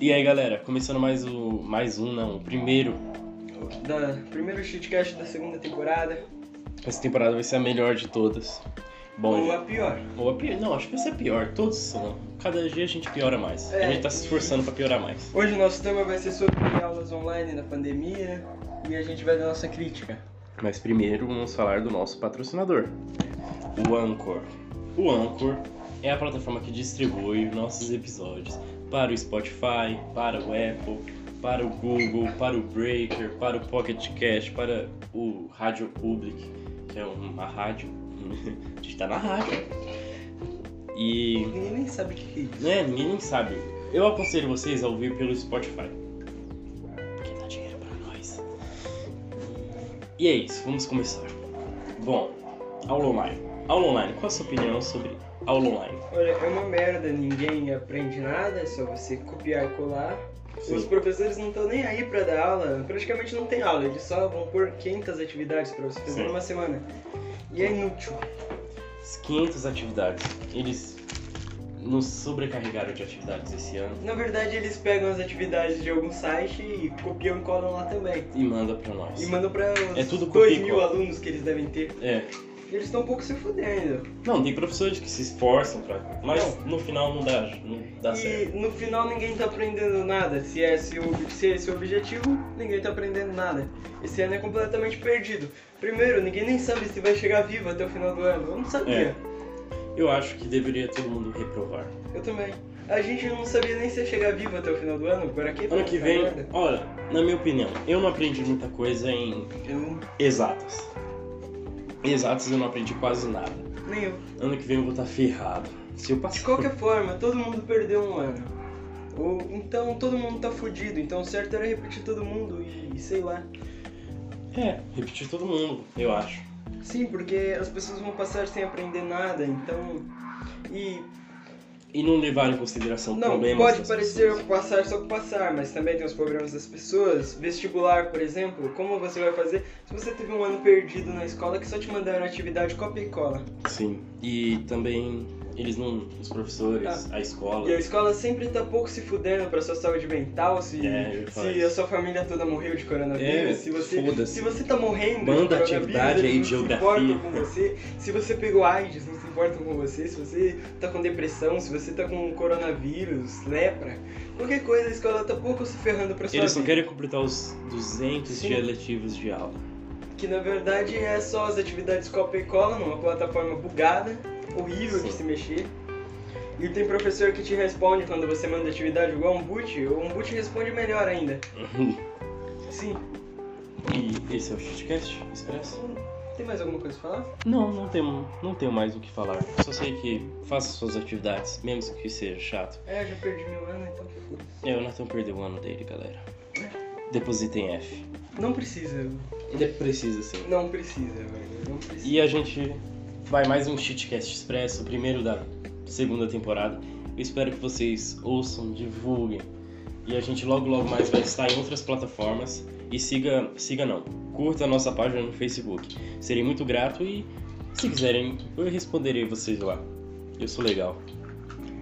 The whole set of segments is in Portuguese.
E aí, galera, começando mais o mais um, não, o primeiro. Da primeiro shitcast da segunda temporada. Essa temporada vai ser a melhor de todas. Bom, ou a pior. ou a pior, não, acho que vai ser pior, todos são. Cada dia a gente piora mais. É. A gente tá se esforçando pra piorar mais. Hoje o nosso tema vai ser sobre aulas online na pandemia e a gente vai dar nossa crítica. Mas primeiro vamos falar do nosso patrocinador, o Anchor. O Anchor é a plataforma que distribui nossos episódios para o Spotify, para o Apple, para o Google, para o Breaker, para o Pocket Cash, para o Rádio Public, que é uma rádio. A gente tá na rádio. E Ninguém nem sabe o que que é isso. né, ninguém nem sabe. Eu aconselho vocês a ouvir pelo Spotify. Porque dá dinheiro pra nós. E é isso, vamos começar. Bom, aula online. Aula online, qual a sua opinião sobre aula online? Olha, é uma merda, ninguém aprende nada, é só você copiar e colar. Os professores não estão nem aí pra dar aula, praticamente não tem aula, eles só vão pôr 500 atividades pra você fazer Sim. numa semana. E é inútil. 500 atividades. Eles nos sobrecarregaram de atividades esse ano Na verdade, eles pegam as atividades de algum site e copiam e colam lá também. e manda pra nós. E mandam pra os É tudo 2 copia e mil cola. alunos que eles devem ter. É. Eles estão um pouco se fudendo. Não, tem professores que se esforçam pra. Mas no final não dá, não dá e Tá certo. no final ninguém tá aprendendo nada. Se é esse, o- se é esse o objetivo, ninguém tá aprendendo nada. Esse ano é completamente perdido. Primeiro, ninguém nem sabe se vai chegar vivo até o final do ano. Eu não É. sabia. Eu acho que deveria todo mundo reprovar. Eu também. A gente não sabia nem se ia chegar vivo até o final do ano. Agora que Ano que vem, merda. olha, na minha opinião, eu não aprendi muita coisa em Eu, exatas. Exatas eu não aprendi quase nada. nem eu. Ano que vem eu vou estar ferrado. Se eu De passar. qualquer forma, todo mundo perdeu um ano. Ou, então todo mundo tá fudido. Então o certo era repetir todo mundo e sei lá. É, repetir todo mundo, eu acho. Sim, porque as pessoas vão passar sem aprender nada, então. E. E não levar em consideração Não, problemas. pode das parecer pessoas. passar só com passar, mas também tem os problemas das pessoas. Vestibular, por exemplo, como você vai fazer se você teve um ano perdido na escola que só te mandaram atividade copia e cola? Sim. E também eles não. Os professores, a escola. Ah. E a escola sempre tá pouco se fudendo pra sua saúde mental, se, É, eu ia falar se isso. a sua família toda morreu de coronavírus, É, se você. foda-se. Se você tá morrendo de Manda coronavírus, atividade aí, eles não se geografia. importam com você. Se você pegou AIDS, não se importam com você. Se você tá com depressão, se você tá com coronavírus, lepra, qualquer coisa, a escola tá pouco se ferrando pra sua Eles não vida. querem completar os 200 assim. Sim. dias letivos de aula. Que na verdade é só as atividades copia e cola numa plataforma bugada, horrível de Sim. se mexer. E tem professor que te responde quando você manda atividade igual um boot, ou um boot responde melhor ainda. Sim. E esse é o Shitcast Expresso? Tem mais alguma coisa pra falar? Não, não tenho, não tenho mais o que falar. Só sei que faça suas atividades, mesmo que seja chato. É, já perdi meu ano, então que foda. É, o Nathan perdeu o ano dele, galera. Deposita em F. Não precisa, Ainda precisa sim. não precisa, velho. Não precisa. E a gente vai mais um Cheatcast Expresso, o primeiro da segunda temporada. Eu espero que vocês ouçam, divulguem. E a gente logo, logo mais vai estar em outras plataformas. E siga, siga não, curta a nossa página no Facebook. Serei muito grato e se quiserem, eu responderei vocês lá. Eu sou legal.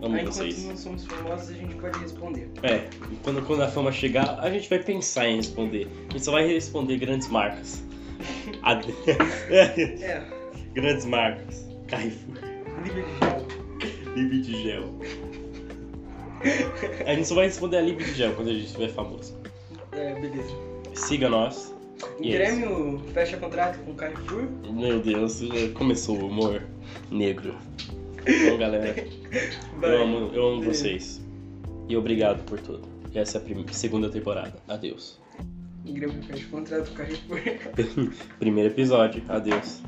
Amo Aí, enquanto vocês. não somos famosos, a gente pode responder. É, e quando, quando a fama chegar, a gente vai pensar em responder. A gente só vai responder grandes marcas. Ad- É, grandes marcas. Carrefour. livre de gelo. Libre de gel. A gente só vai responder a Libre de gel quando a gente estiver famoso. É, beleza. Siga nós. E é Grêmio fecha contrato com o Carrefour. Meu Deus, já começou o humor negro. Então, galera, eu amo, eu amo vocês. E obrigado por tudo. E essa é a prim- segunda temporada. Adeus. Grêmio fecha contrato com o Carrefour. Primeiro episódio. Adeus.